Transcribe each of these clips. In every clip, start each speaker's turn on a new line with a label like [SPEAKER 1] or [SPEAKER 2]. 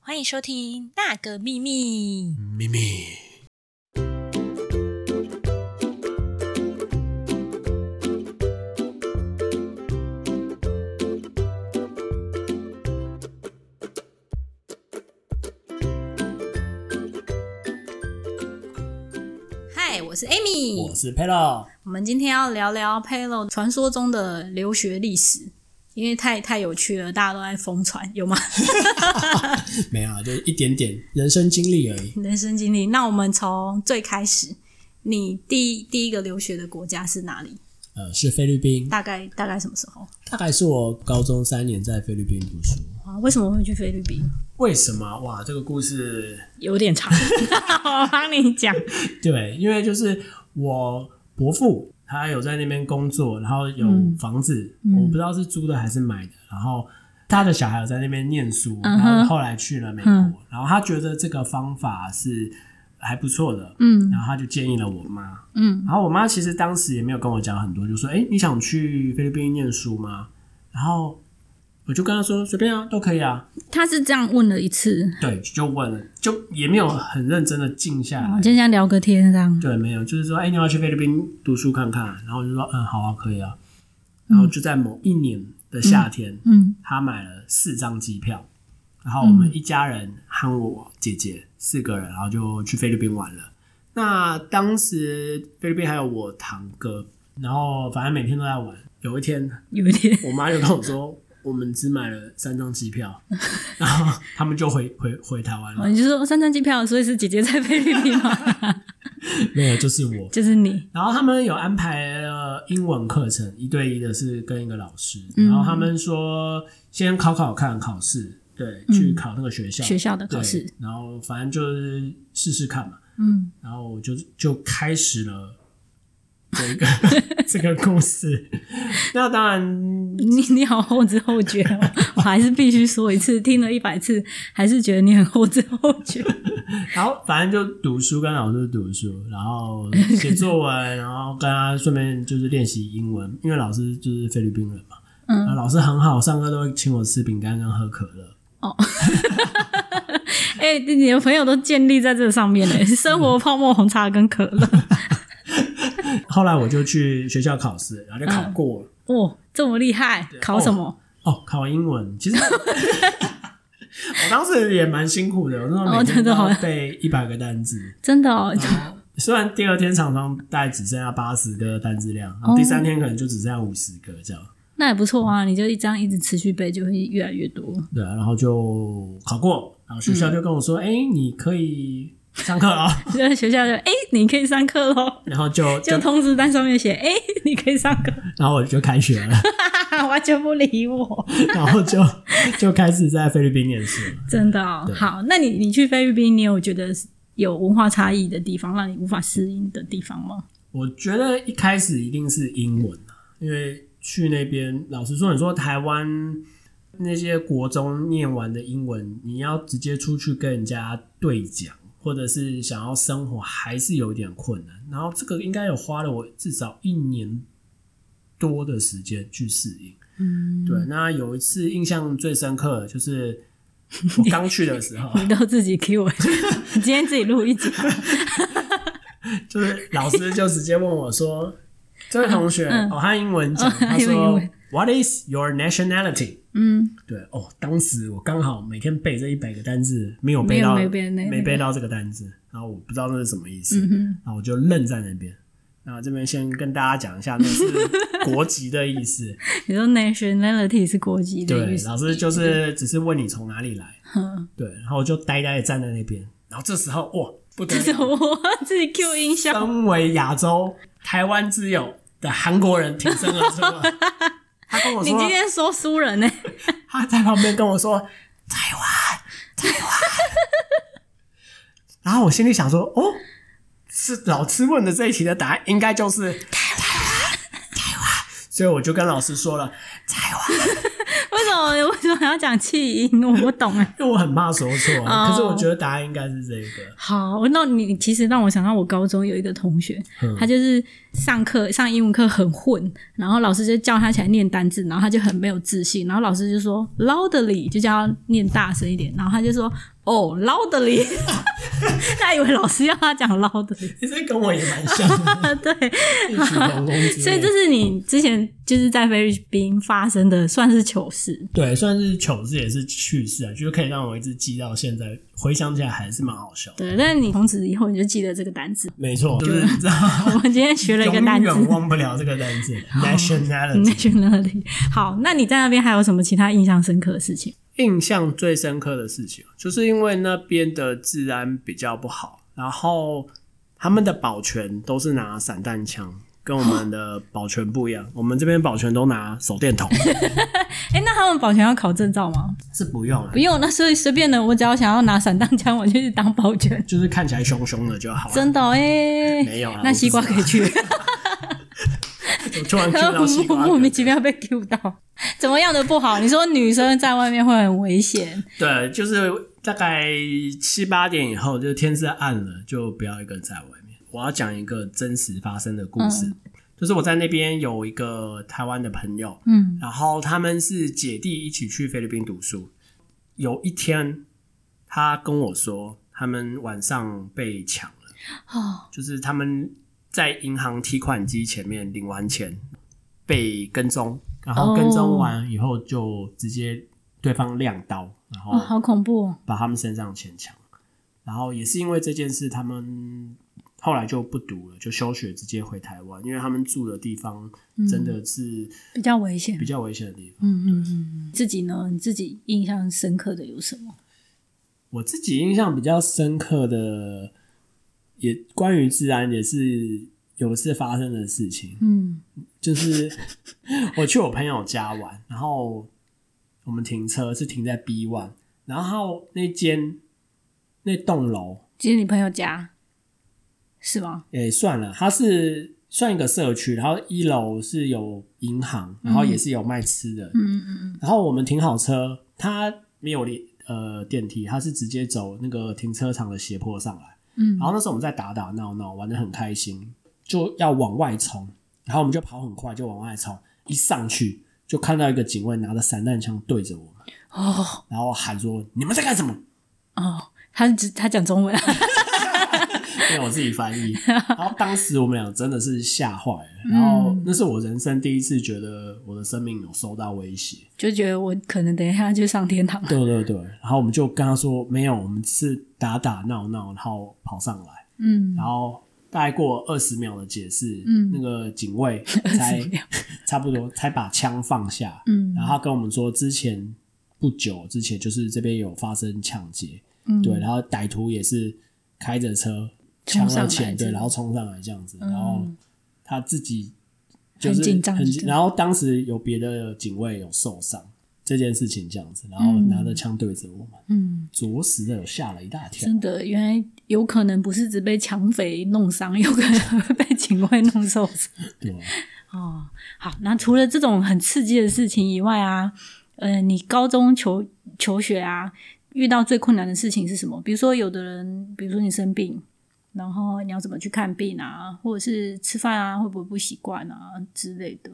[SPEAKER 1] 欢迎收听《那个秘密》。
[SPEAKER 2] 咪咪，
[SPEAKER 1] 嗨，我是 Amy，
[SPEAKER 2] 我是佩洛。
[SPEAKER 1] 我们今天要聊聊 Payload 传说中的留学历史，因为太太有趣了，大家都在疯传，有 吗？
[SPEAKER 2] 没有啊，就一点点人生经历而已。
[SPEAKER 1] 人生经历。那我们从最开始，你第第一个留学的国家是哪里？
[SPEAKER 2] 呃，是菲律宾，
[SPEAKER 1] 大概大概什么时候
[SPEAKER 2] 大概是我高中三年在菲律宾读书。
[SPEAKER 1] 啊？为什么会去菲律宾？
[SPEAKER 2] 为什么？哇，这个故事
[SPEAKER 1] 有点长，我帮你讲。
[SPEAKER 2] 对，因为就是我伯父他有在那边工作，然后有
[SPEAKER 1] 嗯
[SPEAKER 2] 房子，我不知道是租的还是买的，然后。他的小孩有在那边念书，
[SPEAKER 1] 嗯
[SPEAKER 2] 然
[SPEAKER 1] 哼嗯
[SPEAKER 2] 后后来去了美国，然后他觉得这个方法是还不错的，
[SPEAKER 1] 嗯
[SPEAKER 2] 然后他就建议了我妈，
[SPEAKER 1] 嗯，
[SPEAKER 2] 然后我妈其实当时也没有跟我讲很多，就说：“哎，你想去菲律宾念书吗？”然后我就跟她说：“随便啊，都可以啊。
[SPEAKER 1] 他是这样问了一次，”
[SPEAKER 2] 对，就问了，就也没有很认真的静下
[SPEAKER 1] 我
[SPEAKER 2] 来
[SPEAKER 1] 们。今天想聊个天这样。
[SPEAKER 2] 对，没有，就是说：“哎，你要去菲律宾读书看看。”然后我就说：“嗯，好啊，可以啊。”然后就在某一年的夏天，
[SPEAKER 1] 嗯
[SPEAKER 2] 她买了四张机票，然后我们一家人和我姐姐四个人，然后就去菲律宾玩了。那当时菲律宾还有我堂哥，然后反正每天都在玩。有一天，
[SPEAKER 1] 有一 点，
[SPEAKER 2] 我妈就跟我说，我们只买了三张机票，然后他们就回回回台湾
[SPEAKER 1] 哦
[SPEAKER 2] 了。
[SPEAKER 1] 你就说三张机票，所以是姐姐在菲律宾 吗？
[SPEAKER 2] 没有，就是我。
[SPEAKER 1] 就是你，
[SPEAKER 2] 然后他们有安排了英文课程，一对一的是跟一个老师。
[SPEAKER 1] 嗯
[SPEAKER 2] 然后他们说，先考考看考试，对，去考那个学校
[SPEAKER 1] 嗯学校的考试
[SPEAKER 2] 对。然后反正就是试试看嘛。
[SPEAKER 1] 嗯，
[SPEAKER 2] 然后我就就开始了这个 这个故事。那当然，
[SPEAKER 1] 你你好后知后觉哦，我还是必须说一次，听了一百次，还是觉得你很后知后觉。
[SPEAKER 2] 然后反正就读书，跟老师读书，然后写作文，然后跟他顺便就是练习英文，因为老师就是菲律宾人嘛。
[SPEAKER 1] 嗯
[SPEAKER 2] 嗯，老师很好，上课都会请我吃饼干跟喝可乐。
[SPEAKER 1] 哎、 你的朋友都建立在这上面嘞，生活泡沫红茶跟可乐，
[SPEAKER 2] 后来我就去学校考试，然后就考过了。
[SPEAKER 1] 哦，这么厉害，考什么？
[SPEAKER 2] 哦，考英文， 其实我当时也蛮辛苦的，我那时候每
[SPEAKER 1] 哦真
[SPEAKER 2] 天都
[SPEAKER 1] 的好
[SPEAKER 2] 要背一百个单字。
[SPEAKER 1] 真的哦，
[SPEAKER 2] 虽然第二天常常大概只剩下八十个单字量，然后第三
[SPEAKER 1] 哦
[SPEAKER 2] 天可能就只剩下五十个这样。
[SPEAKER 1] 那也不错啊，你就一张一直持续背，就会越来越多。
[SPEAKER 2] 对啊，然后就考过，然后学校就跟我说：“哎、你可以上课了。
[SPEAKER 1] 就在学校就哎、你可以上课喽”，
[SPEAKER 2] 然后就就
[SPEAKER 1] 就，通知单上面写哎、你可以上课，
[SPEAKER 2] 然后我就开学了，
[SPEAKER 1] 完全不理我，
[SPEAKER 2] 然后就就开始在菲律宾念书了。
[SPEAKER 1] 真的哦。好，那你你去菲律宾，你有觉得有文化差异的地方，让你无法适应的地方吗？
[SPEAKER 2] 我觉得一开始一定是英文啊，因为去那边，老实说，你说台湾那些国中念完的英文，你要直接出去跟人家对讲，或者是想要生活，还是有一点困难。然后这个应该有花了我至少一年多的时间去适应。
[SPEAKER 1] 嗯，
[SPEAKER 2] 对，那有一次印象最深刻的就是我刚去的时候，
[SPEAKER 1] 你都自己 Q 我， 你今天自己录一集。
[SPEAKER 2] 就是老师就直接问我 说：“这位同学，
[SPEAKER 1] 嗯
[SPEAKER 2] 哦，他英文讲，
[SPEAKER 1] 哦他
[SPEAKER 2] 他
[SPEAKER 1] 用英
[SPEAKER 2] 说
[SPEAKER 1] 文
[SPEAKER 2] What is your nationality？”
[SPEAKER 1] 嗯，
[SPEAKER 2] 对，哦，当时我刚好每天背这一百个单字，没有背到，
[SPEAKER 1] 没有没背那
[SPEAKER 2] 没背到这个单字，然后我不知道那是什么意思，
[SPEAKER 1] 嗯哼
[SPEAKER 2] 然后我就愣在那边。那这边先跟大家讲一下，那是国籍的 意思。
[SPEAKER 1] 你说 nationality 是国籍的
[SPEAKER 2] 对
[SPEAKER 1] 意，思，
[SPEAKER 2] 老师就是只是问你从哪里来，
[SPEAKER 1] 嗯，
[SPEAKER 2] 对，然后我就呆呆的站在那边。然后这时候，哇，不得
[SPEAKER 1] 这
[SPEAKER 2] 了
[SPEAKER 1] 是我自己 Q 音效，
[SPEAKER 2] 身为亚洲台湾之友的韩国人挺身而 出了，他跟我
[SPEAKER 1] 你
[SPEAKER 2] 说
[SPEAKER 1] 今，天说书人呢、
[SPEAKER 2] 他在旁边跟我说台湾，台湾。 然后我心里想说，哦，是老师问的这一题的答案应该就是台湾，台湾。所以我就跟老师说了，台湾。
[SPEAKER 1] 为什有，为什么要讲气音？我不懂哎。
[SPEAKER 2] 因为我很怕说错、啊，
[SPEAKER 1] 哦
[SPEAKER 2] 可是我觉得答案应该是这个。
[SPEAKER 1] 好，那你其实让我想到我高中有一个同学，
[SPEAKER 2] 嗯
[SPEAKER 1] 他就是上课上英文课很混，然后老师就叫他起来念单字，然后他就很没有自信，然后老师就说 loudly，就叫他念大声一点，然后他就说哦 loudly，他以为老师要他讲 loudly，
[SPEAKER 2] 你这跟我也蛮像的，
[SPEAKER 1] 对，
[SPEAKER 2] 异曲同工之
[SPEAKER 1] 所以
[SPEAKER 2] 类
[SPEAKER 1] 这是你之前就是在菲律宾发生的，算是糗事。
[SPEAKER 2] 对，算是糗事也是趣事啊，就是可以让我一直记到现在，回想起来还是蛮好笑的。
[SPEAKER 1] 对，但是你从此以后你就记得这个单字。
[SPEAKER 2] 没错，就是你知道，
[SPEAKER 1] 我们今天学了一个
[SPEAKER 2] 永
[SPEAKER 1] 单字
[SPEAKER 2] 远忘不了这个单字 nationality。
[SPEAKER 1] nationality。好，那你在那边还有什么其他印象深刻的事情？
[SPEAKER 2] 印象最深刻的事情，啊就是因为那边的治安比较不好，然后他们的保全都是拿散弹枪，跟我们的保全不一样。我们这边保全都拿手电筒，
[SPEAKER 1] 哎、那他们保全要考证照吗？
[SPEAKER 2] 是不用了啊
[SPEAKER 1] 不，用，那所以随便的，我只要想要拿散弹枪，我就去当保全。
[SPEAKER 2] 就是看起来凶凶的就好了。
[SPEAKER 1] 真的哎、诶
[SPEAKER 2] 没有啊
[SPEAKER 1] 那西瓜可以去，
[SPEAKER 2] 我 突然看到西瓜
[SPEAKER 1] 莫名其妙被 Q 到，怎么样的不好？你说女生在外面会很危险，
[SPEAKER 2] 对，就是大概七八点以后，就是天色暗了，就不要一个人在外面。我要讲一个真实发生的故事，就是我在那边有一个台湾的朋友，
[SPEAKER 1] 嗯，
[SPEAKER 2] 然后他们是姐弟一起去菲律宾读书。有一天，他跟我说，他们晚上被抢了，
[SPEAKER 1] 哦，
[SPEAKER 2] 就是他们在银行提款机前面领完钱被跟踪，然后跟踪完以后就直接对方亮刀，然后
[SPEAKER 1] 哦，好恐怖、哦，
[SPEAKER 2] 把他们身上的钱抢。然后也是因为这件事，他们后来就不读了，就休学，直接回台湾，因为他们住的地方真的是
[SPEAKER 1] 比较危险
[SPEAKER 2] 比。较危险的地方。
[SPEAKER 1] 嗯嗯嗯，自己呢？你自己印象深刻的有什么？
[SPEAKER 2] 我自己印象比较深刻的，也关于治安也是有一次发生的事情，
[SPEAKER 1] 嗯
[SPEAKER 2] 就是我去我朋友家玩，然后我们停车是停在 B one，然后那间那栋楼
[SPEAKER 1] 其实你朋友家是吗？
[SPEAKER 2] 也算了，它是算一个社区，然后一楼是有银行，然后也是有卖吃的，
[SPEAKER 1] 嗯嗯嗯，
[SPEAKER 2] 然后我们停好车，它没有连呃电梯，它是直接走那个停车场的斜坡上来。
[SPEAKER 1] 嗯
[SPEAKER 2] 然后那时候我们在打打闹闹，玩的很开心，就要往外冲，然后我们就跑很快，就往外冲。一上去就看到一个警卫拿着散弹枪对着我们，
[SPEAKER 1] 哦
[SPEAKER 2] 然后喊说：“你们在干什么
[SPEAKER 1] 哦，他只他讲中文啊，？”
[SPEAKER 2] 因为我自己翻译。然后当时我们俩真的是吓坏了，然
[SPEAKER 1] 嗯
[SPEAKER 2] 后那是我人生第一次觉得我的生命有受到威胁。
[SPEAKER 1] 就觉得我可能等一下就上天堂了。
[SPEAKER 2] 对对对，然后我们就跟他说没有，我们是打打闹闹，然后跑上来，
[SPEAKER 1] 嗯，
[SPEAKER 2] 然后大概过二十秒的解释，
[SPEAKER 1] 嗯
[SPEAKER 2] 那个警卫 才
[SPEAKER 1] 秒
[SPEAKER 2] 差不多才把枪放下，
[SPEAKER 1] 嗯
[SPEAKER 2] 然后他跟我们说之前不久之前就是这边有发生抢劫，
[SPEAKER 1] 嗯
[SPEAKER 2] 对，然后歹徒也是开着车抢
[SPEAKER 1] 冲上
[SPEAKER 2] 了
[SPEAKER 1] 来
[SPEAKER 2] 钱，
[SPEAKER 1] 这
[SPEAKER 2] 对，
[SPEAKER 1] 样嗯
[SPEAKER 2] 然后冲上来这样子，然后他自己就
[SPEAKER 1] 很
[SPEAKER 2] 是
[SPEAKER 1] 紧张
[SPEAKER 2] 很
[SPEAKER 1] 就
[SPEAKER 2] 紧
[SPEAKER 1] 对
[SPEAKER 2] 然后当时有别的警卫有受伤这件事情这样子，然后拿着枪对着我们，
[SPEAKER 1] 嗯，
[SPEAKER 2] 着实的有吓了一大跳。
[SPEAKER 1] 真的，原来有可能不是只被抢匪弄伤， 有可能会被警卫弄受伤。
[SPEAKER 2] 对啊，
[SPEAKER 1] 哦，好，那除了这种很刺激的事情以外啊，呃，你高中求求学啊，遇到最困难的事情是什么？比如说，有的人，比如说你生病，然后你要怎么去看病啊，或者是吃饭啊，会不会不习惯啊之类的。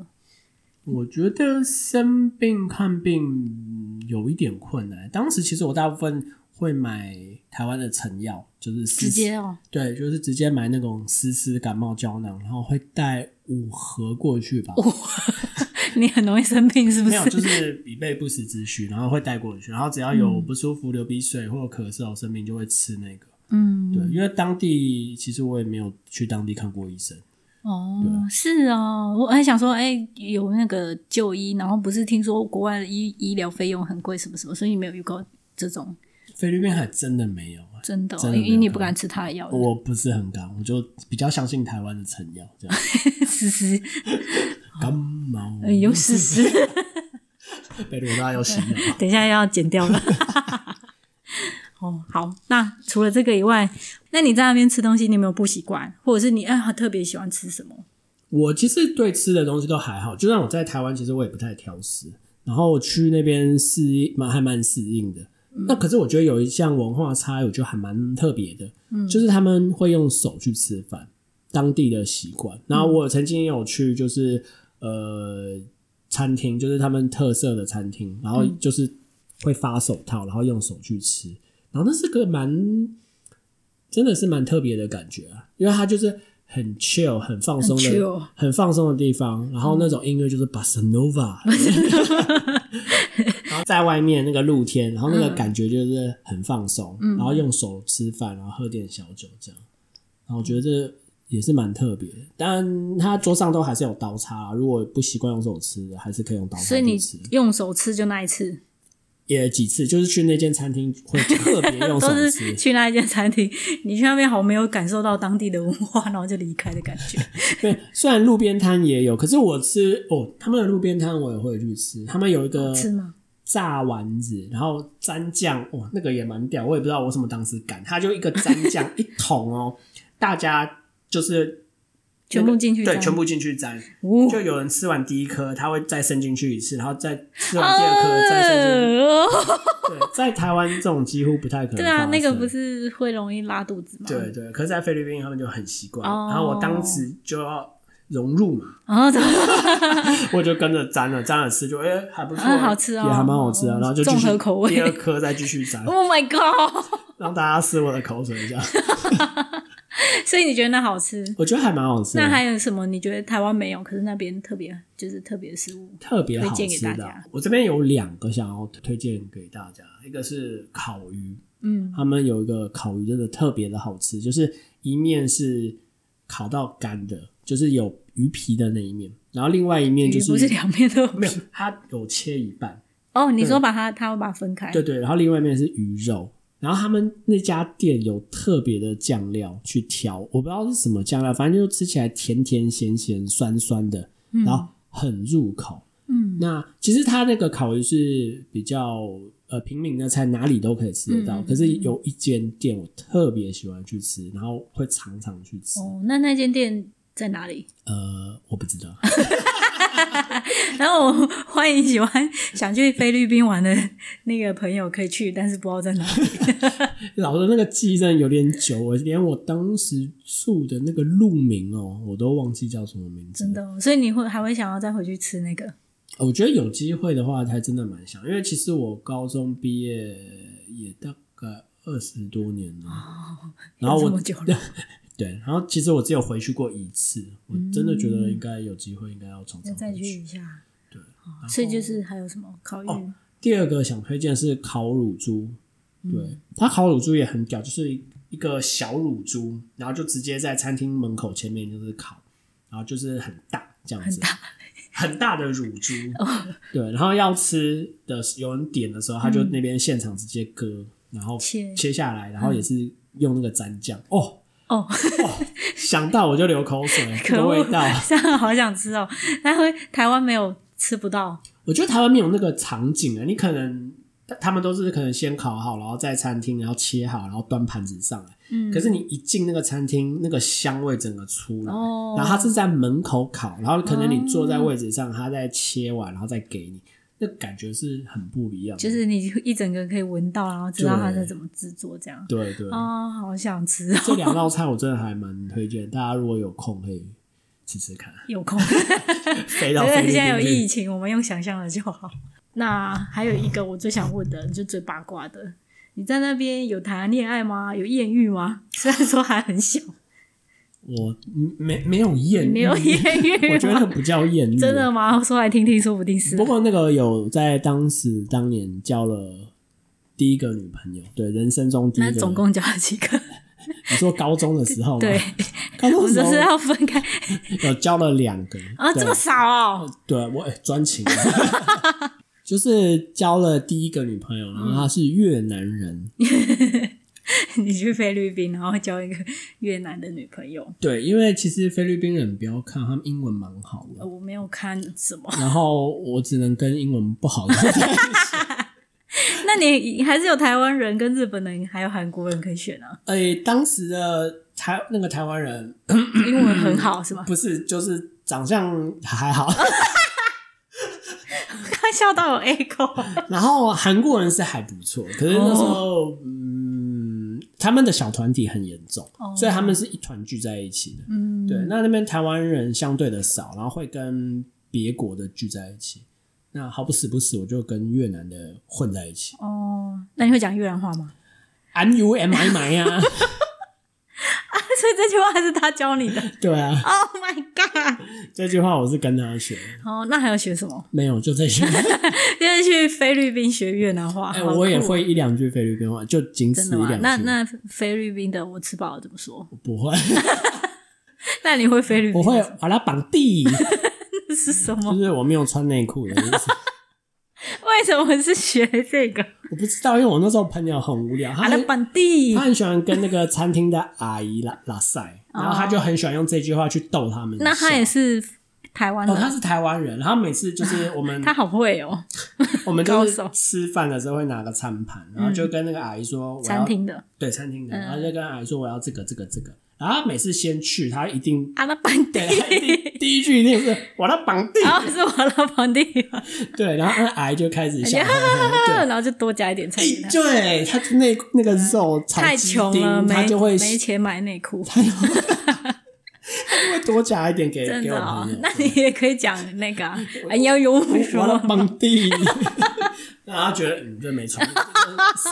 [SPEAKER 2] 我觉得生病看病嗯有一点困难。当时其实我大部分会买台湾的成药，就是丝
[SPEAKER 1] 直接哦，
[SPEAKER 2] 对，就是直接买那种丝丝感冒胶囊，然后会带五盒过去吧。
[SPEAKER 1] 哦 你很容易生病是不
[SPEAKER 2] 没
[SPEAKER 1] 是？
[SPEAKER 2] 有，就是以备不时之需，然后会带过去，然后只要有不舒服、流鼻水或咳嗽、生病，就会吃那个。
[SPEAKER 1] 嗯，
[SPEAKER 2] 对，因为当地其实我也没有去当地看过医生。
[SPEAKER 1] 哦，是哦，我还想说，哎、有那个就医，然后不是听说国外的医医疗费用很贵，什么什么，所以你没有遇过这种
[SPEAKER 2] 菲律宾还真的没有，
[SPEAKER 1] 真的哦、
[SPEAKER 2] 真的没有
[SPEAKER 1] 因为你不敢吃他的药，
[SPEAKER 2] 我不是很敢，我就比较相信台湾的成药 这样。
[SPEAKER 1] 思思，
[SPEAKER 2] 感冒，
[SPEAKER 1] 呃有思思，
[SPEAKER 2] 嗯被罗大要洗脑。
[SPEAKER 1] 等一下要剪掉了。 哦，好，那除了这个以外，那你在那边吃东西，你有没有不习惯，或者是你啊特别喜欢吃什么？
[SPEAKER 2] 我其实对吃的东西都还好，就算我在台湾，其实我也不太挑食。然后去那边适应，蛮还蛮适应的。那可是我觉得有一项文化差异，我觉得还蛮特别的，嗯，就是他们会用手去吃饭，当地的习惯。然
[SPEAKER 1] 嗯
[SPEAKER 2] 后我曾经也有去，就是呃餐厅，就是他们特色的餐厅，然
[SPEAKER 1] 嗯
[SPEAKER 2] 后就是会发手套，然后用手去吃，然后那是个蛮真的是蛮特别的感觉啊，因为它就是很 chill、很放松
[SPEAKER 1] 很
[SPEAKER 2] 的
[SPEAKER 1] chill、
[SPEAKER 2] 很放松的地方，然后那种音乐就是 bossa nova，然 后在外面那个露天，然后那
[SPEAKER 1] 嗯
[SPEAKER 2] 个感觉就是很放松，然后用手吃饭，然后喝点小酒这样，然后我觉得这也是蛮特别的。当然，他桌上都还是有刀叉啊啦，如果不习惯用手吃的，还是可以用刀叉
[SPEAKER 1] 所以你
[SPEAKER 2] 去吃。
[SPEAKER 1] 用手吃就那一次，
[SPEAKER 2] 也几次就是去那间餐厅会特别用手
[SPEAKER 1] 都是
[SPEAKER 2] 吃，
[SPEAKER 1] 去那一间餐厅，你去那边好没有感受到当地的文化，然后就离开的感觉。
[SPEAKER 2] 对，虽然路边摊也有，可是我吃哦，他们的路边摊我也会去吃，他们有一个
[SPEAKER 1] 吃吗？
[SPEAKER 2] 炸丸子，然后蘸酱，哇，那个也蛮屌，我也不知道我什么当时敢，它就一个蘸 酱一桶哦，大家就是
[SPEAKER 1] 全部进去
[SPEAKER 2] 对，
[SPEAKER 1] 沾
[SPEAKER 2] 全部进去沾，
[SPEAKER 1] 哦
[SPEAKER 2] 就有人吃完第一颗，他会再伸进去一次，然后再吃完第二
[SPEAKER 1] 啊
[SPEAKER 2] 颗再伸进去。对，在台湾这种几乎不太可
[SPEAKER 1] 哦
[SPEAKER 2] 能。
[SPEAKER 1] 对啊，那个不。是会容易拉肚子吗？
[SPEAKER 2] 对对，可是，在菲律宾他们就很习惯，
[SPEAKER 1] 哦
[SPEAKER 2] 然后我当时就要融入嘛，
[SPEAKER 1] 然后啊怎么
[SPEAKER 2] 我就跟着沾了，沾了吃就哎、还不错、
[SPEAKER 1] 啊好吃哦
[SPEAKER 2] 也还蛮好吃啊，然后就继续
[SPEAKER 1] 综合口味，
[SPEAKER 2] 第二颗再继续沾
[SPEAKER 1] ？Oh my god！
[SPEAKER 2] 让大家吃我的口水一下，
[SPEAKER 1] 所以你觉得那好吃？
[SPEAKER 2] 我觉得还蛮好吃的。
[SPEAKER 1] 那还有什么？你觉得台湾没有，可是那边特别就是特别的食物？
[SPEAKER 2] 特别好
[SPEAKER 1] 推
[SPEAKER 2] 吃
[SPEAKER 1] 荐给大
[SPEAKER 2] 的啊
[SPEAKER 1] 家，
[SPEAKER 2] 我这边有两个想要推荐给大家，一个是烤鱼，
[SPEAKER 1] 嗯，
[SPEAKER 2] 他们有一个烤鱼真的特别的好吃，就是一面是烤到干的，就是有鱼皮的那一面，然后另外一面就
[SPEAKER 1] 鱼不是两面都有
[SPEAKER 2] 没有，它有切一半，
[SPEAKER 1] 哦。你说把它，它会把它分开。
[SPEAKER 2] 对对，然后另外一面是鱼肉，然后他们那家店有特别的酱料去调，我不知道是什么酱料，反正就吃起来甜甜咸咸、酸酸的，然后很入口。
[SPEAKER 1] 嗯，
[SPEAKER 2] 那其实它那个烤鱼是比较呃平民的菜，哪里都可以吃得到。
[SPEAKER 1] 嗯嗯
[SPEAKER 2] 可是有一间店我特别喜欢去吃，然后会常常去吃。
[SPEAKER 1] 哦，那那间店在哪里？
[SPEAKER 2] 呃，我不知道，
[SPEAKER 1] 然后我欢迎喜欢想去菲律宾玩的那个朋友可以去，但是不知道在哪里。
[SPEAKER 2] 老的那个记忆真的有点久，我连我当时住的那个路名哦，我都忘记叫什么名字了
[SPEAKER 1] 真。的哦、所以你会还会想要再回去吃那个？
[SPEAKER 2] 我觉得有机会的话，还真的蛮想，因为其实我高中毕业也大概二十多年了，
[SPEAKER 1] 啊
[SPEAKER 2] 然后
[SPEAKER 1] 有这
[SPEAKER 2] 我
[SPEAKER 1] 么久了，
[SPEAKER 2] 对，然后其实我只有回去过一次，我真的觉得应该有机会，应该要常
[SPEAKER 1] 嗯那
[SPEAKER 2] 常
[SPEAKER 1] 再
[SPEAKER 2] 回
[SPEAKER 1] 去
[SPEAKER 2] 去。
[SPEAKER 1] 一下。
[SPEAKER 2] 对
[SPEAKER 1] 哦，所以就是还有什么烤鱼？
[SPEAKER 2] 哦第二个想推荐是烤乳猪，
[SPEAKER 1] 嗯
[SPEAKER 2] 对，它烤乳猪也很屌，就是一个小乳猪，然后就直接在餐厅门口前面就是烤，然后就是很大这样子，很大的乳猪，
[SPEAKER 1] 哦
[SPEAKER 2] 对，然后要吃的有人点的时候，他就那边现场直接割，然
[SPEAKER 1] 嗯
[SPEAKER 2] 后
[SPEAKER 1] 切嗯
[SPEAKER 2] 切下来，然后也是用那个蘸酱，哦，
[SPEAKER 1] 哦，
[SPEAKER 2] 想到我就流口水，这
[SPEAKER 1] 可
[SPEAKER 2] 个味
[SPEAKER 1] 恶
[SPEAKER 2] 道。，
[SPEAKER 1] 这样好想吃哦。但会台湾没有吃不到，
[SPEAKER 2] 我觉得台湾没有那个场景啊，你可能他他们都是可能先烤好，然后在餐厅，然后切好，然后端盘子上来。
[SPEAKER 1] 嗯，
[SPEAKER 2] 可是你一进那个餐厅，那个香味整个出来，
[SPEAKER 1] 哦
[SPEAKER 2] 然后它是在门口烤，然后可能你坐在位置上，它在切完，然后再给你，那感觉是很不一样的。
[SPEAKER 1] 就是你一整个可以闻到，然后知道它
[SPEAKER 2] 对
[SPEAKER 1] 是怎么制作这样。
[SPEAKER 2] 对对，
[SPEAKER 1] 哦，好想吃
[SPEAKER 2] 这
[SPEAKER 1] 哦，
[SPEAKER 2] 两道菜我真的还蛮推荐，大家如果有空可以吃 吃看。
[SPEAKER 1] 有空。
[SPEAKER 2] 飞到
[SPEAKER 1] 因
[SPEAKER 2] 菲
[SPEAKER 1] 为
[SPEAKER 2] 律宾
[SPEAKER 1] 现在有
[SPEAKER 2] 去
[SPEAKER 1] 疫情，我们用想象的就好。那还有一个我最想问的，就最八卦的，你在那边有谈恋爱吗？有艳遇吗？虽然说还很小，
[SPEAKER 2] 我没没有艳遇，
[SPEAKER 1] 没有艳遇
[SPEAKER 2] 我觉得那
[SPEAKER 1] 吗？
[SPEAKER 2] 不叫艳 遇，
[SPEAKER 1] 真的吗？说来听听，说不定是
[SPEAKER 2] 不。过那个有在当时当年交了第一个女朋友，对，人生中第一
[SPEAKER 1] 那
[SPEAKER 2] 个。
[SPEAKER 1] 总共交了几个？
[SPEAKER 2] 你说高中的时候吗？
[SPEAKER 1] 对，
[SPEAKER 2] 高
[SPEAKER 1] 我们
[SPEAKER 2] 中的
[SPEAKER 1] 这是
[SPEAKER 2] 时
[SPEAKER 1] 要分开
[SPEAKER 2] 候有交了两个
[SPEAKER 1] 啊，
[SPEAKER 2] 哦对
[SPEAKER 1] 这么少哦。
[SPEAKER 2] 对我哎专 情，就是交了第一个女朋友，然后她是越南人，
[SPEAKER 1] 你去菲律宾，然后交一个越南的女朋友，
[SPEAKER 2] 对，因为其实菲律宾人不要看他们英文蛮好的
[SPEAKER 1] 呃，我没有看什么。
[SPEAKER 2] 然后我只能跟英文不好的在一起
[SPEAKER 1] 那你还是有台湾人、跟日本人，还有韩国人可以选 啊，
[SPEAKER 2] 哎、当时的台那个台湾人
[SPEAKER 1] 英文很好是吗？
[SPEAKER 2] 不是就是长相还好，
[SPEAKER 1] 刚笑到有 echo。
[SPEAKER 2] 然后韩国人是还不错，可是那时候、嗯，他们的小团体很严重，
[SPEAKER 1] 哦
[SPEAKER 2] 所以他们是一团聚在一起的。
[SPEAKER 1] 嗯，
[SPEAKER 2] 对，那那边台湾人相对的少，然后会跟别国的聚在一起。那好不死不死，我就跟越南的混在一起，
[SPEAKER 1] 哦，那你会讲越南话吗？
[SPEAKER 2] 安 U M I M 呀，
[SPEAKER 1] 啊，所以这句话是他教 你的。
[SPEAKER 2] 对啊，
[SPEAKER 1] Oh my god！
[SPEAKER 2] 这句话我是跟他学的，
[SPEAKER 1] 哦，那还要学什么？
[SPEAKER 2] 没有就这些。
[SPEAKER 1] 就是去菲律宾学越南话。
[SPEAKER 2] 哎、
[SPEAKER 1] 好酷
[SPEAKER 2] 我也
[SPEAKER 1] 哦
[SPEAKER 2] 会一两句菲律宾话，就仅
[SPEAKER 1] 真
[SPEAKER 2] 此
[SPEAKER 1] 的
[SPEAKER 2] 一
[SPEAKER 1] 吗？
[SPEAKER 2] 两句。
[SPEAKER 1] 那那菲律宾的我吃饱了怎么说？
[SPEAKER 2] 不会，
[SPEAKER 1] 那你会菲律宾？
[SPEAKER 2] 我会把它绑 地，
[SPEAKER 1] 这是什
[SPEAKER 2] 就
[SPEAKER 1] 么？
[SPEAKER 2] 是我没有穿内裤的意思。
[SPEAKER 1] 为什么是学这个？
[SPEAKER 2] 我不知道，因为我那时候朋友很无聊，他
[SPEAKER 1] 阿拉
[SPEAKER 2] 很
[SPEAKER 1] 本地
[SPEAKER 2] 他很喜欢跟那个餐厅的阿姨拉拉塞，然后他就很喜欢用这句话去逗他们
[SPEAKER 1] 哦
[SPEAKER 2] 笑。
[SPEAKER 1] 那他也是台湾
[SPEAKER 2] 哦，
[SPEAKER 1] 的，
[SPEAKER 2] 他是台湾人，然后每次就是我们
[SPEAKER 1] 他好会哦，
[SPEAKER 2] 我们就是
[SPEAKER 1] 高手嗯
[SPEAKER 2] 吃饭的时候会拿个餐盘，然后就跟那个阿姨说我要
[SPEAKER 1] 餐厅的
[SPEAKER 2] 对餐厅的，
[SPEAKER 1] 嗯
[SPEAKER 2] 然后就跟阿姨说我要这个这个这个，然后他每次先去，他一定
[SPEAKER 1] 阿拉啊本地
[SPEAKER 2] 对，他一定第一句一定是我要绑定，
[SPEAKER 1] 然后是我老本地嘛，
[SPEAKER 2] 对，然后那阿姨就开始笑，
[SPEAKER 1] 哎
[SPEAKER 2] 呵呵对，
[SPEAKER 1] 然后就多加一点菜给他
[SPEAKER 2] 哎。对，他那那个肉炒
[SPEAKER 1] 太
[SPEAKER 2] 鸡
[SPEAKER 1] 穷了，
[SPEAKER 2] 丁
[SPEAKER 1] 没
[SPEAKER 2] 他就会
[SPEAKER 1] 没钱买内裤，
[SPEAKER 2] 会 多夹一点给
[SPEAKER 1] 真
[SPEAKER 2] 给
[SPEAKER 1] 的
[SPEAKER 2] 我
[SPEAKER 1] 哦
[SPEAKER 2] 朋友。。
[SPEAKER 1] 那你也可以讲那个、啊，哎，你要有我
[SPEAKER 2] 我要
[SPEAKER 1] 说，
[SPEAKER 2] 帮 弟，然后他觉得嗯，这没错，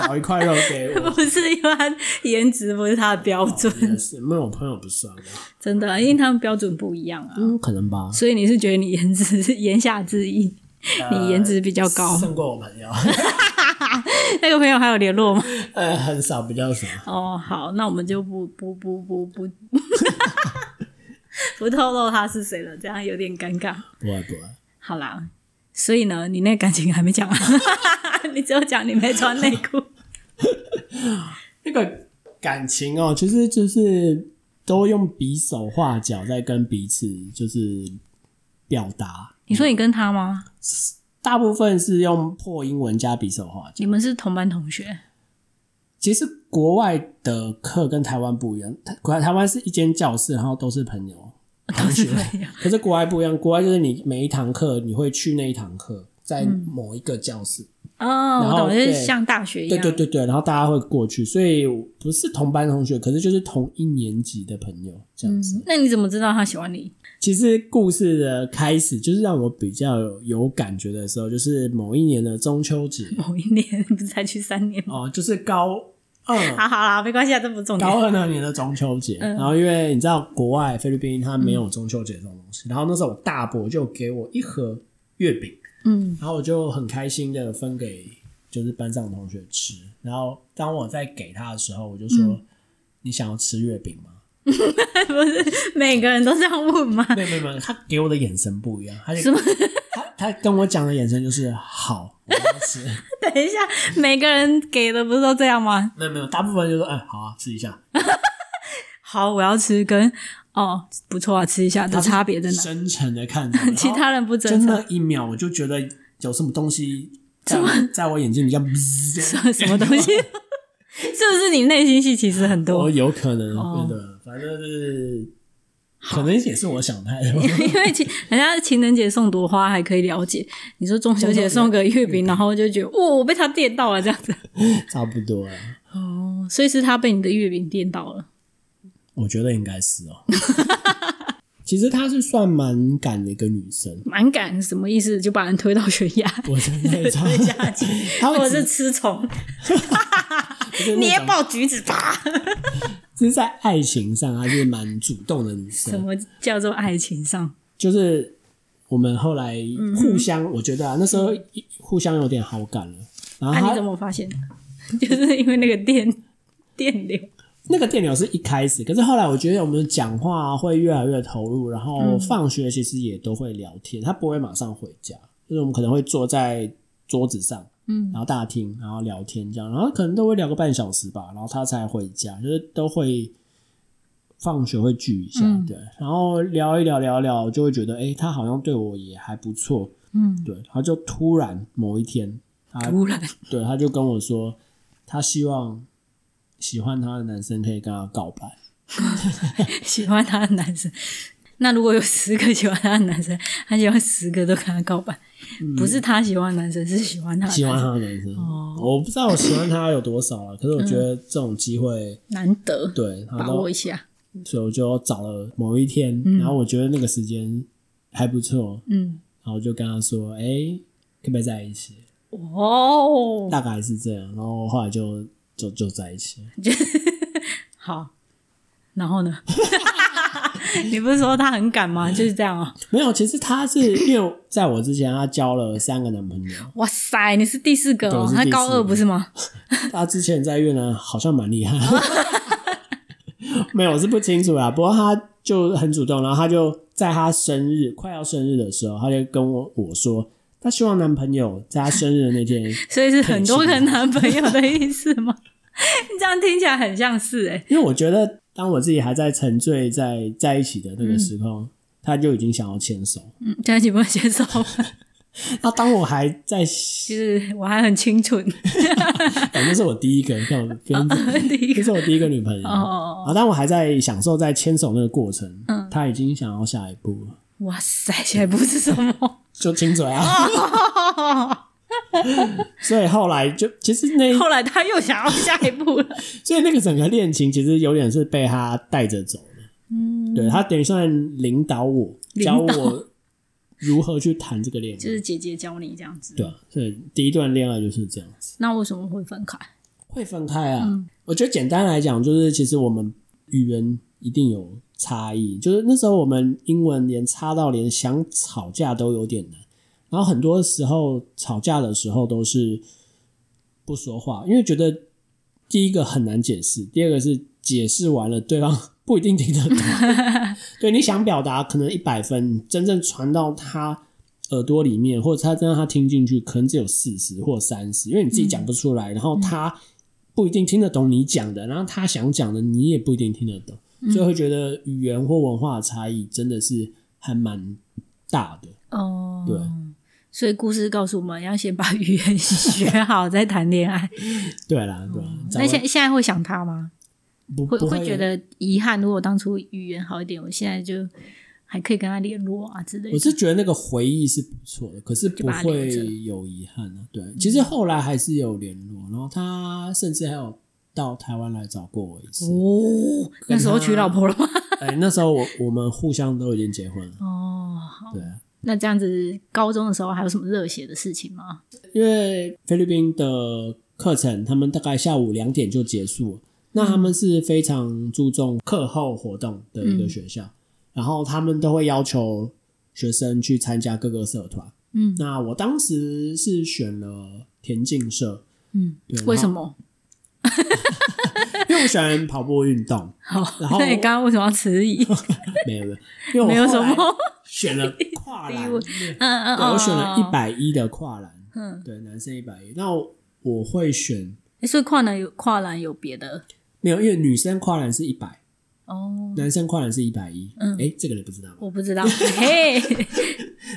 [SPEAKER 2] 少一块肉给我。
[SPEAKER 1] 不是因为他颜值不是他的标准，
[SPEAKER 2] 也是，没有我朋友不算吗？
[SPEAKER 1] 真的，啊因为他们标准不一样啊。
[SPEAKER 2] 嗯，可能吧。
[SPEAKER 1] 所以你是觉得你颜值是言下之意，
[SPEAKER 2] 呃
[SPEAKER 1] 你 颜值比较高。
[SPEAKER 2] 胜过我朋友，
[SPEAKER 1] 那个朋友还有联络吗？
[SPEAKER 2] 呃，很少，比较少。
[SPEAKER 1] 哦，好，那我们就不不不不不 不透露他是谁了，这样有点尴尬。
[SPEAKER 2] 不会不会，
[SPEAKER 1] 好啦，所以呢，你那感情还没讲完， 你只有讲你没穿内裤。
[SPEAKER 2] 那个感情哦，其实就是都用比手画脚在跟彼此就是表达，
[SPEAKER 1] 你说你跟他吗？
[SPEAKER 2] 大部分是用破英文加比手画脚。
[SPEAKER 1] 你们是同班同 学？
[SPEAKER 2] 其实国外的课跟台湾不一样，台国外台湾是一间教室，然后都是朋友，
[SPEAKER 1] 都 是朋友。
[SPEAKER 2] 可是国外不一样，国外就是你每一堂课你会去那一堂课，在
[SPEAKER 1] 嗯
[SPEAKER 2] 某一个教室，
[SPEAKER 1] 哦，
[SPEAKER 2] 然
[SPEAKER 1] 我
[SPEAKER 2] 后
[SPEAKER 1] 懂，就是
[SPEAKER 2] 对
[SPEAKER 1] 像大学一
[SPEAKER 2] 对
[SPEAKER 1] 样。
[SPEAKER 2] 对对对，然后大家会过去，所以不是同班同学，可是就是同一年级的朋友这样子。
[SPEAKER 1] 嗯，那你怎么知道他喜欢你？
[SPEAKER 2] 其实故事的开始就是让我比较有感觉的时候，就是某一年的中秋 节
[SPEAKER 1] 某一年不是才去三年吗？
[SPEAKER 2] 哦，就是高二
[SPEAKER 1] 好好啦，没关系啊，这不 重
[SPEAKER 2] 高
[SPEAKER 1] 要。
[SPEAKER 2] 二那年的中秋节，
[SPEAKER 1] 嗯
[SPEAKER 2] 然后因为你知道国外菲律宾它没有中秋节这种东西，然后那时候我大伯就给我一盒月饼，
[SPEAKER 1] 嗯，
[SPEAKER 2] 然后我就很开心的分给就是班上的同学吃，然后当我在给他的时候，我就说、
[SPEAKER 1] 嗯
[SPEAKER 2] 你想要吃月饼吗？
[SPEAKER 1] 不是每个人都这样问吗？
[SPEAKER 2] 没有没有没有，他给我的眼神不一样，他就 他他跟我讲的眼神就是好，我要吃。
[SPEAKER 1] 等一下，每个人给的不是都这样吗？
[SPEAKER 2] 没有没有，大部分就说哎好啊，吃一下。
[SPEAKER 1] 好，我要吃跟哦不错啊，吃一下的差别在哪？
[SPEAKER 2] 深沉的 看着我，
[SPEAKER 1] 其他人不真
[SPEAKER 2] 真
[SPEAKER 1] 诚，
[SPEAKER 2] 的，一秒我就觉得有什么东西在我 在我眼睛里像 什
[SPEAKER 1] 什么东 西？是不是你内心戏其实很
[SPEAKER 2] 我
[SPEAKER 1] 多？
[SPEAKER 2] 有可能
[SPEAKER 1] 哦
[SPEAKER 2] 对的，反正就是可能也是我想太 多。
[SPEAKER 1] 因为情人家情人节送朵花还可以了解，你说中秋节送个月饼，然后就觉得哇、哦我被他电到了这样子。
[SPEAKER 2] 差不多了，
[SPEAKER 1] 哦，所以是他被你的月饼电到了。
[SPEAKER 2] 我觉得应该是哦。 其实她是算蛮敢的一个女生，
[SPEAKER 1] 蛮感什么意思？就把人推到悬崖，
[SPEAKER 2] 我真 的超，
[SPEAKER 1] 推 下去，
[SPEAKER 2] 她
[SPEAKER 1] 或
[SPEAKER 2] 会
[SPEAKER 1] 者
[SPEAKER 2] 直
[SPEAKER 1] 是吃虫，
[SPEAKER 2] 就是那
[SPEAKER 1] 捏
[SPEAKER 2] 种，
[SPEAKER 1] 爆橘子，啪！
[SPEAKER 2] 就是在爱情上她是蛮主动的女
[SPEAKER 1] 什
[SPEAKER 2] 生，
[SPEAKER 1] 么叫做爱情上？
[SPEAKER 2] 就是我们后来互
[SPEAKER 1] 嗯
[SPEAKER 2] 相，我觉得啊那时候互相有点好感了，然后
[SPEAKER 1] 那、
[SPEAKER 2] 她
[SPEAKER 1] 啊你怎么发现的？ 就是因为那个电 电流，
[SPEAKER 2] 那个电流是一开始，可是后来我觉得我们讲话会越来越投入，然后
[SPEAKER 1] 嗯
[SPEAKER 2] 放学其实也都会聊天，他不会马上回家，就是我们可能会坐在桌子上，
[SPEAKER 1] 嗯，
[SPEAKER 2] 然后大厅，然后聊天这样，然后可能都会聊个半小时吧，然后他才回家，就是都会放学会聚一下，
[SPEAKER 1] 嗯
[SPEAKER 2] 对，然后聊一聊聊一聊，就会觉得诶，他好像对我也还不错，
[SPEAKER 1] 嗯，
[SPEAKER 2] 对，然后就突然某一天，他
[SPEAKER 1] 突然
[SPEAKER 2] 对他就跟我说，他希望喜欢他的男生可以跟他告白。
[SPEAKER 1] 喜欢他的男生，那如果有十个喜欢他的男生，他喜欢十个都跟他告白，不是他喜欢男生，是喜欢他的
[SPEAKER 2] 嗯 喜欢
[SPEAKER 1] 男生
[SPEAKER 2] 他的男生，
[SPEAKER 1] 哦
[SPEAKER 2] 我不知道我喜欢他有多少了，可是我觉得这种机会，
[SPEAKER 1] 难得
[SPEAKER 2] 对他
[SPEAKER 1] 把
[SPEAKER 2] 都
[SPEAKER 1] 握一嗯下。
[SPEAKER 2] 所以我就找了某一天，然后我觉得那个时间还不错，
[SPEAKER 1] 嗯，
[SPEAKER 2] 然后我就跟他说：“哎、可不可以在一起
[SPEAKER 1] 哦？”，
[SPEAKER 2] 大概是这样，然后后来就就就在一起了。
[SPEAKER 1] 好，然后 呢？你不是说他很赶吗？就是这样啊、
[SPEAKER 2] 没有，其实他是因为在我之前，他交了三个男朋友。
[SPEAKER 1] 哇塞，你是第四个
[SPEAKER 2] 对我
[SPEAKER 1] 哦
[SPEAKER 2] 是，
[SPEAKER 1] 他
[SPEAKER 2] 第
[SPEAKER 1] 高
[SPEAKER 2] 四个
[SPEAKER 1] 二不是吗？
[SPEAKER 2] 他之前在越南好像蛮厉害， 没有，我是不清楚啦。不过他就很主动，然后他就在他生日快要生日的时候，他就跟我我说，他希望男朋友在他生日的那天
[SPEAKER 1] 所以是很多个男朋友的意思吗？ 你这样听起来很像是哎、
[SPEAKER 2] 因为我觉得，当我自己还在沉醉在在一起的那个时候，他就已经想要牵手。
[SPEAKER 1] 嗯，这样你不会接受吗？
[SPEAKER 2] 那当我还在，
[SPEAKER 1] 其实我还很清楚，
[SPEAKER 2] 反正是我第一个，你看我不用，
[SPEAKER 1] 第一
[SPEAKER 2] 这
[SPEAKER 1] 个
[SPEAKER 2] 是我第一个女朋友。
[SPEAKER 1] 嗯哦，
[SPEAKER 2] 啊，当我还在享受在牵手那个过程，他已经想要下一步了，
[SPEAKER 1] 哇塞，现在不是什么，
[SPEAKER 2] 就亲嘴啊。所以后来就其实那，
[SPEAKER 1] 后来他又想要下一步 了，
[SPEAKER 2] 所以那个整个恋情其实有点是被他带着走的。嗯，对他等于算领导我，
[SPEAKER 1] 领
[SPEAKER 2] 教
[SPEAKER 1] 导
[SPEAKER 2] 我如何去谈这个恋爱。
[SPEAKER 1] 就是姐姐教你这样子。
[SPEAKER 2] 对啊，所以第一段恋爱就是这样子，
[SPEAKER 1] 那为什么会分开？
[SPEAKER 2] 会分开啊。我觉得简单来讲，就是其实我们语言一定有差异，就是那时候我们英文连差到连想吵架都有点难，然后很多时候吵架的时候都是不说话，因为觉得第一个很难解释，第二个是解释完了对方 不一定听得懂，对你想表达可能一百分，真正传到他耳朵里面，或者他真让他听进去，可能只有四十或三十，因为你自己讲不出来，然后他不一定听得懂你讲的，然后他想讲的你也不一定听得懂，
[SPEAKER 1] 嗯
[SPEAKER 2] 所以会觉得语言或文化的差异真的是还蛮大的。
[SPEAKER 1] 哦，
[SPEAKER 2] 对，
[SPEAKER 1] 所以故事告诉我们要先把语言学好，再谈恋 爱。
[SPEAKER 2] 对啦，对啦，
[SPEAKER 1] 哦那
[SPEAKER 2] 咱们
[SPEAKER 1] 现现在会想他吗？
[SPEAKER 2] 不
[SPEAKER 1] 会
[SPEAKER 2] 不
[SPEAKER 1] 会觉。得遗憾？如果当初语言好一点，我现在就还可以跟他联络啊之类
[SPEAKER 2] 我
[SPEAKER 1] 的。
[SPEAKER 2] 是觉得那个回忆是不错的，可是不
[SPEAKER 1] 把它留
[SPEAKER 2] 会
[SPEAKER 1] 着嗯
[SPEAKER 2] 有遗憾啊。对，其实后来还是有联络，然后他甚至还有到台湾来找过我一次。
[SPEAKER 1] 哦，那时候娶老婆了吗？
[SPEAKER 2] 哎、那时候我我们互相都已经结婚了，
[SPEAKER 1] 哦，好。
[SPEAKER 2] 对啊，
[SPEAKER 1] 那这样子，高中的时候还有什么热血的事情吗？
[SPEAKER 2] 因为菲律宾的课程，他们大概下午两点就结束了。那他们是非常注重课后活动的一个学校，
[SPEAKER 1] 嗯
[SPEAKER 2] 然后他们都会要求学生去参加各个社团。
[SPEAKER 1] 嗯
[SPEAKER 2] 那我当时是选了田径社，
[SPEAKER 1] 嗯
[SPEAKER 2] 对，
[SPEAKER 1] 为什么？
[SPEAKER 2] 因为我喜欢跑步运动，
[SPEAKER 1] 好
[SPEAKER 2] 然后，
[SPEAKER 1] 那你刚刚为什么要迟疑？
[SPEAKER 2] 没有没有，因为我
[SPEAKER 1] 没有什
[SPEAKER 2] 哦后来
[SPEAKER 1] 么，
[SPEAKER 2] 选了跨 栏，
[SPEAKER 1] 嗯嗯
[SPEAKER 2] 对
[SPEAKER 1] 嗯，
[SPEAKER 2] 我选了
[SPEAKER 1] 嗯
[SPEAKER 2] 一，百一的跨栏，
[SPEAKER 1] 嗯，
[SPEAKER 2] 对，男生一百一。那我我会选
[SPEAKER 1] 诶所以跨栏有跨栏有别的
[SPEAKER 2] 没有，因为女生跨栏是一百，
[SPEAKER 1] 哦，
[SPEAKER 2] 男生跨栏是一百一。
[SPEAKER 1] 嗯
[SPEAKER 2] 哎，这个你不知道吗？
[SPEAKER 1] 我不知 道，嘿，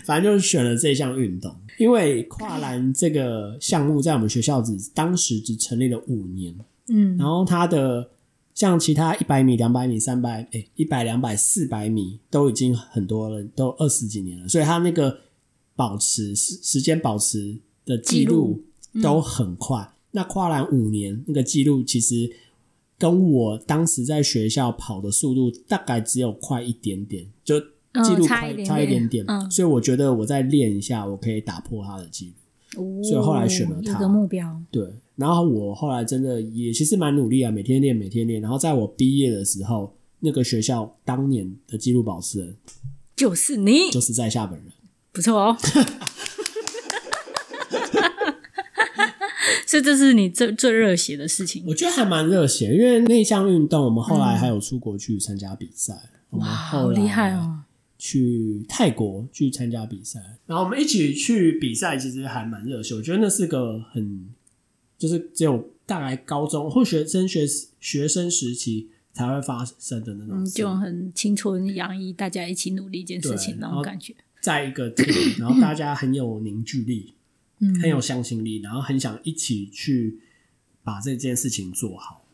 [SPEAKER 2] 反正就是选了这项运动，因为跨栏这个项目在我们学校只当时只成立了五年，
[SPEAKER 1] 嗯
[SPEAKER 2] 然后它的像其他一百米、两百米、三百，哎，一百、两百、四百米都已经很多了，都二十几年了，所以它那个保持时时间保持的记录都
[SPEAKER 1] 嗯
[SPEAKER 2] 很快。那跨栏五年那个记录，其实跟我当时在学校跑的速度大概只有快一点点，就记录
[SPEAKER 1] 嗯差
[SPEAKER 2] 快、
[SPEAKER 1] 一点
[SPEAKER 2] 差一点
[SPEAKER 1] 点
[SPEAKER 2] 点。
[SPEAKER 1] 嗯
[SPEAKER 2] 所以我觉得我再练一下，我可以打破他的记录。所以后来选了
[SPEAKER 1] 哦
[SPEAKER 2] 他
[SPEAKER 1] 有个目标，
[SPEAKER 2] 对，然后我后来真的也其实蛮努力啊，每天练，每天练。然后在我毕业的时候，那个学校当年的纪录保持人
[SPEAKER 1] 就是 你，
[SPEAKER 2] 就是在下本人。
[SPEAKER 1] 不错哦。 所以这是你最最热血的事情
[SPEAKER 2] 我觉得还蛮热血，因为那项运动我们后来还有出国去参加比赛，我
[SPEAKER 1] 嗯哇，
[SPEAKER 2] 们
[SPEAKER 1] 好
[SPEAKER 2] 后
[SPEAKER 1] 厉害
[SPEAKER 2] 来
[SPEAKER 1] 哦！
[SPEAKER 2] 去泰国去参加比赛，然后我们一起去比赛，其实还蛮热血。我觉得那是个很，就是只有大概高中或学生学学生时期才会发生的那种
[SPEAKER 1] 嗯，
[SPEAKER 2] 事。
[SPEAKER 1] 就很青春洋溢，大家一起努力一件事情
[SPEAKER 2] 对啊
[SPEAKER 1] 那
[SPEAKER 2] 然后
[SPEAKER 1] 种感觉。
[SPEAKER 2] 在一个 team，然后大家很有凝聚力，很有向心力，然后很想一起去把这件事情做好。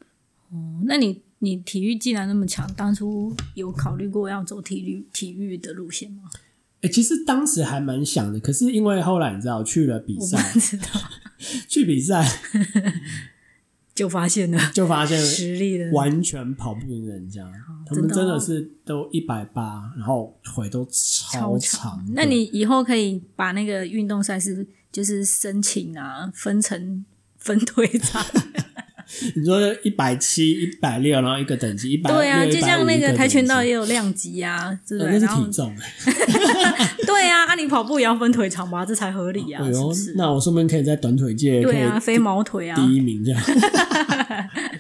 [SPEAKER 1] 哦，那你你体育既然那么强，当初有考虑过要走体育体育的路线吗？
[SPEAKER 2] 哎、其实当时还蛮想的，可是因为后来你知道去了比
[SPEAKER 1] 我
[SPEAKER 2] 赛，
[SPEAKER 1] 不知道，
[SPEAKER 2] 去比赛
[SPEAKER 1] 就发现了
[SPEAKER 2] 就发现
[SPEAKER 1] 实力的
[SPEAKER 2] 完全跑不赢人家，他们
[SPEAKER 1] 真
[SPEAKER 2] 真
[SPEAKER 1] 的哦
[SPEAKER 2] 的是都一百八，然后腿都
[SPEAKER 1] 超
[SPEAKER 2] 超
[SPEAKER 1] 长
[SPEAKER 2] 长。。
[SPEAKER 1] 那
[SPEAKER 2] 对
[SPEAKER 1] 你以后可以把那个运动赛事就是申请啊，分成分 队战。
[SPEAKER 2] 你说一百七、一百六，然后一个等级一百，
[SPEAKER 1] 对啊，
[SPEAKER 2] 150
[SPEAKER 1] 就像那
[SPEAKER 2] 一
[SPEAKER 1] 个
[SPEAKER 2] 等级
[SPEAKER 1] 跆拳道也有量级啊，对不
[SPEAKER 2] 呃
[SPEAKER 1] 对？
[SPEAKER 2] 那是
[SPEAKER 1] 然后
[SPEAKER 2] 体重。
[SPEAKER 1] 对啊，啊你跑步也要分腿长吧，这才合理啊，
[SPEAKER 2] 哎
[SPEAKER 1] 是
[SPEAKER 2] 呦
[SPEAKER 1] 不，是？
[SPEAKER 2] 那我顺便可以在短腿界可
[SPEAKER 1] 对啊，
[SPEAKER 2] 以
[SPEAKER 1] 飞毛腿啊，
[SPEAKER 2] 第一名这样，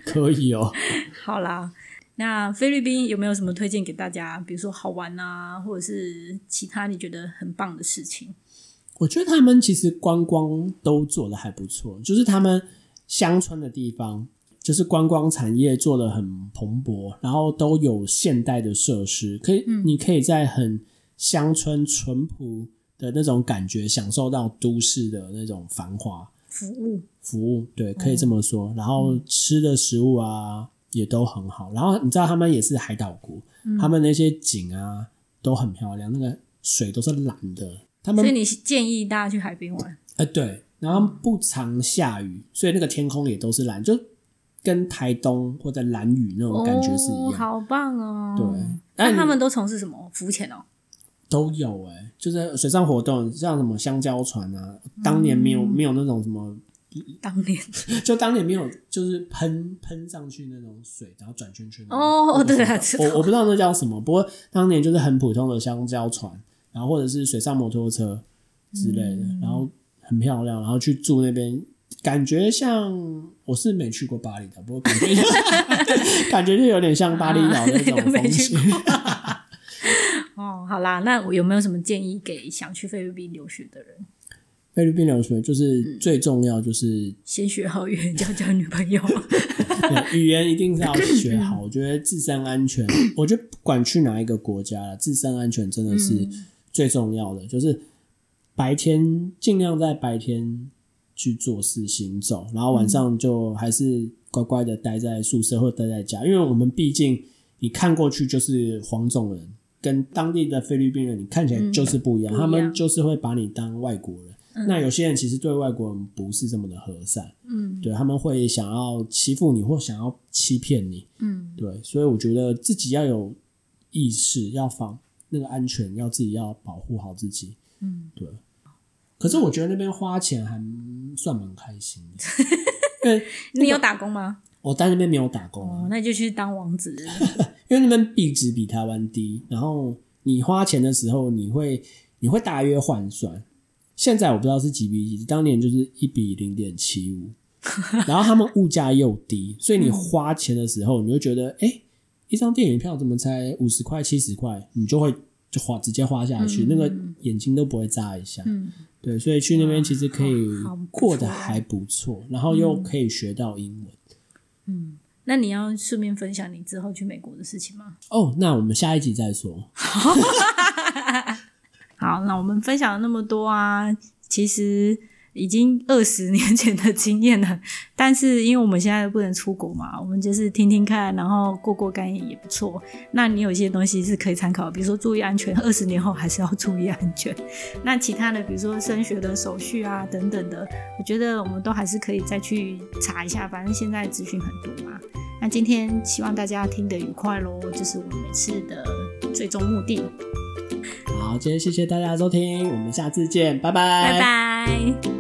[SPEAKER 2] 可以哦。
[SPEAKER 1] 好啦。那菲律宾有没有什么推荐给大家？比如说好玩啊，或者是其他你觉得很棒的事情？
[SPEAKER 2] 我觉得他们其实观光都做的还不错，就是他们乡村的地方，就是观光产业做的很蓬勃，然后都有现代的设施，可以、你可以在很乡村淳朴的那种感觉，享受到都市的那种繁华
[SPEAKER 1] 服务
[SPEAKER 2] 服务，对，可以
[SPEAKER 1] 嗯
[SPEAKER 2] 这么说。然后吃的食物啊也都很好，然后你知道他们也是海岛国，
[SPEAKER 1] 嗯
[SPEAKER 2] 他们那些景啊都很漂亮，那个水都是蓝的。他们
[SPEAKER 1] 所以你建议大家去海边玩？
[SPEAKER 2] 呃，对，然后不常下雨，所以那个天空也都是蓝，就跟台东或者蓝雨那种感觉是一
[SPEAKER 1] 哦，
[SPEAKER 2] 样。
[SPEAKER 1] 好棒哦！
[SPEAKER 2] 对，
[SPEAKER 1] 那
[SPEAKER 2] 你
[SPEAKER 1] 他们都从事什么？浮潜哦。
[SPEAKER 2] 都有哎、就是水上活动，像什么香蕉船啊，当年没有、
[SPEAKER 1] 嗯
[SPEAKER 2] 没有那种什么，
[SPEAKER 1] 当年
[SPEAKER 2] 就当年没有就是喷喷上去那种水，然后转圈圈的那种。
[SPEAKER 1] 哦，对啊，知道
[SPEAKER 2] 我我不知道那叫什么，不过当年就是很普通的香蕉船，然后或者是水上摩托车之类的，
[SPEAKER 1] 嗯
[SPEAKER 2] 然后很漂亮，然后去住那边，感觉像我是没去过巴厘岛，不过感觉 感觉就有点像巴厘岛那种
[SPEAKER 1] 啊都没
[SPEAKER 2] 风
[SPEAKER 1] 去
[SPEAKER 2] 情。
[SPEAKER 1] 哦，好啦，那我有没有什么建议给想去菲律宾留学的人？
[SPEAKER 2] 菲律宾留学
[SPEAKER 1] 嗯
[SPEAKER 2] 就是最重要，就是
[SPEAKER 1] 先学好语言，交交女朋友。
[SPEAKER 2] 对 语言一定是要学好。我觉得自身安全，我觉得不管去哪一个国家了，自身安全真的
[SPEAKER 1] 嗯
[SPEAKER 2] 是最重要的。就是白天尽量在白天去做事行走，然后
[SPEAKER 1] 嗯
[SPEAKER 2] 晚上就还是乖乖的待在宿舍或待在家，因为我们毕竟你看过去就是黄种人，跟当地的菲律宾人你看起来就是不一样，
[SPEAKER 1] 嗯不一样
[SPEAKER 2] 他们就是会把你当外国人。那有些人其实对外国人不是这么的和善，
[SPEAKER 1] 嗯
[SPEAKER 2] 对他们会想要欺负你或想要欺骗你，
[SPEAKER 1] 嗯，
[SPEAKER 2] 对，所以我觉得自己要有意识，要防那个安全，要自己要保护好自己，
[SPEAKER 1] 嗯，
[SPEAKER 2] 对。可是我觉得那边花钱还算蛮开心的，因为
[SPEAKER 1] 你有打工吗？
[SPEAKER 2] 我在那边没有打工啊、
[SPEAKER 1] 哦，那就去当王子。
[SPEAKER 2] 因为那边币值比台湾低，然后你花钱的时候，你会你会大约换算。现在我不知道是几比几，当年就是一比零点 七五，然后他们物价又低，所以你花钱的时候，你会觉得，哎、一张电影票怎么才五十块、七十块，你就会就花直接花下去，那个眼睛都不会眨一下。
[SPEAKER 1] 嗯，
[SPEAKER 2] 对，所以去那边其实可以
[SPEAKER 1] 好好不错
[SPEAKER 2] 过得还不错，然后又可以学到英文。
[SPEAKER 1] 那你要顺便分享你之后去美国的事情吗？
[SPEAKER 2] 哦，那我们下一集再说。
[SPEAKER 1] 好，那我们分享了那么多啊，其实已经二十年前的经验了，但是因为我们现在不能出国嘛，我们就是听听看，然后过过干瘾也不错。那你有一些东西是可以参考，比如说注意安全，二十年后还是要注意安全。那其他的，比如说升学的手续啊等等的，我觉得我们都还是可以再去查一下，反正现在资讯很多嘛。那今天希望大家听得愉快喽，这是我们每次的最终目的。
[SPEAKER 2] 好，今天谢谢大家的收听，我们下次见，拜拜，
[SPEAKER 1] 拜拜。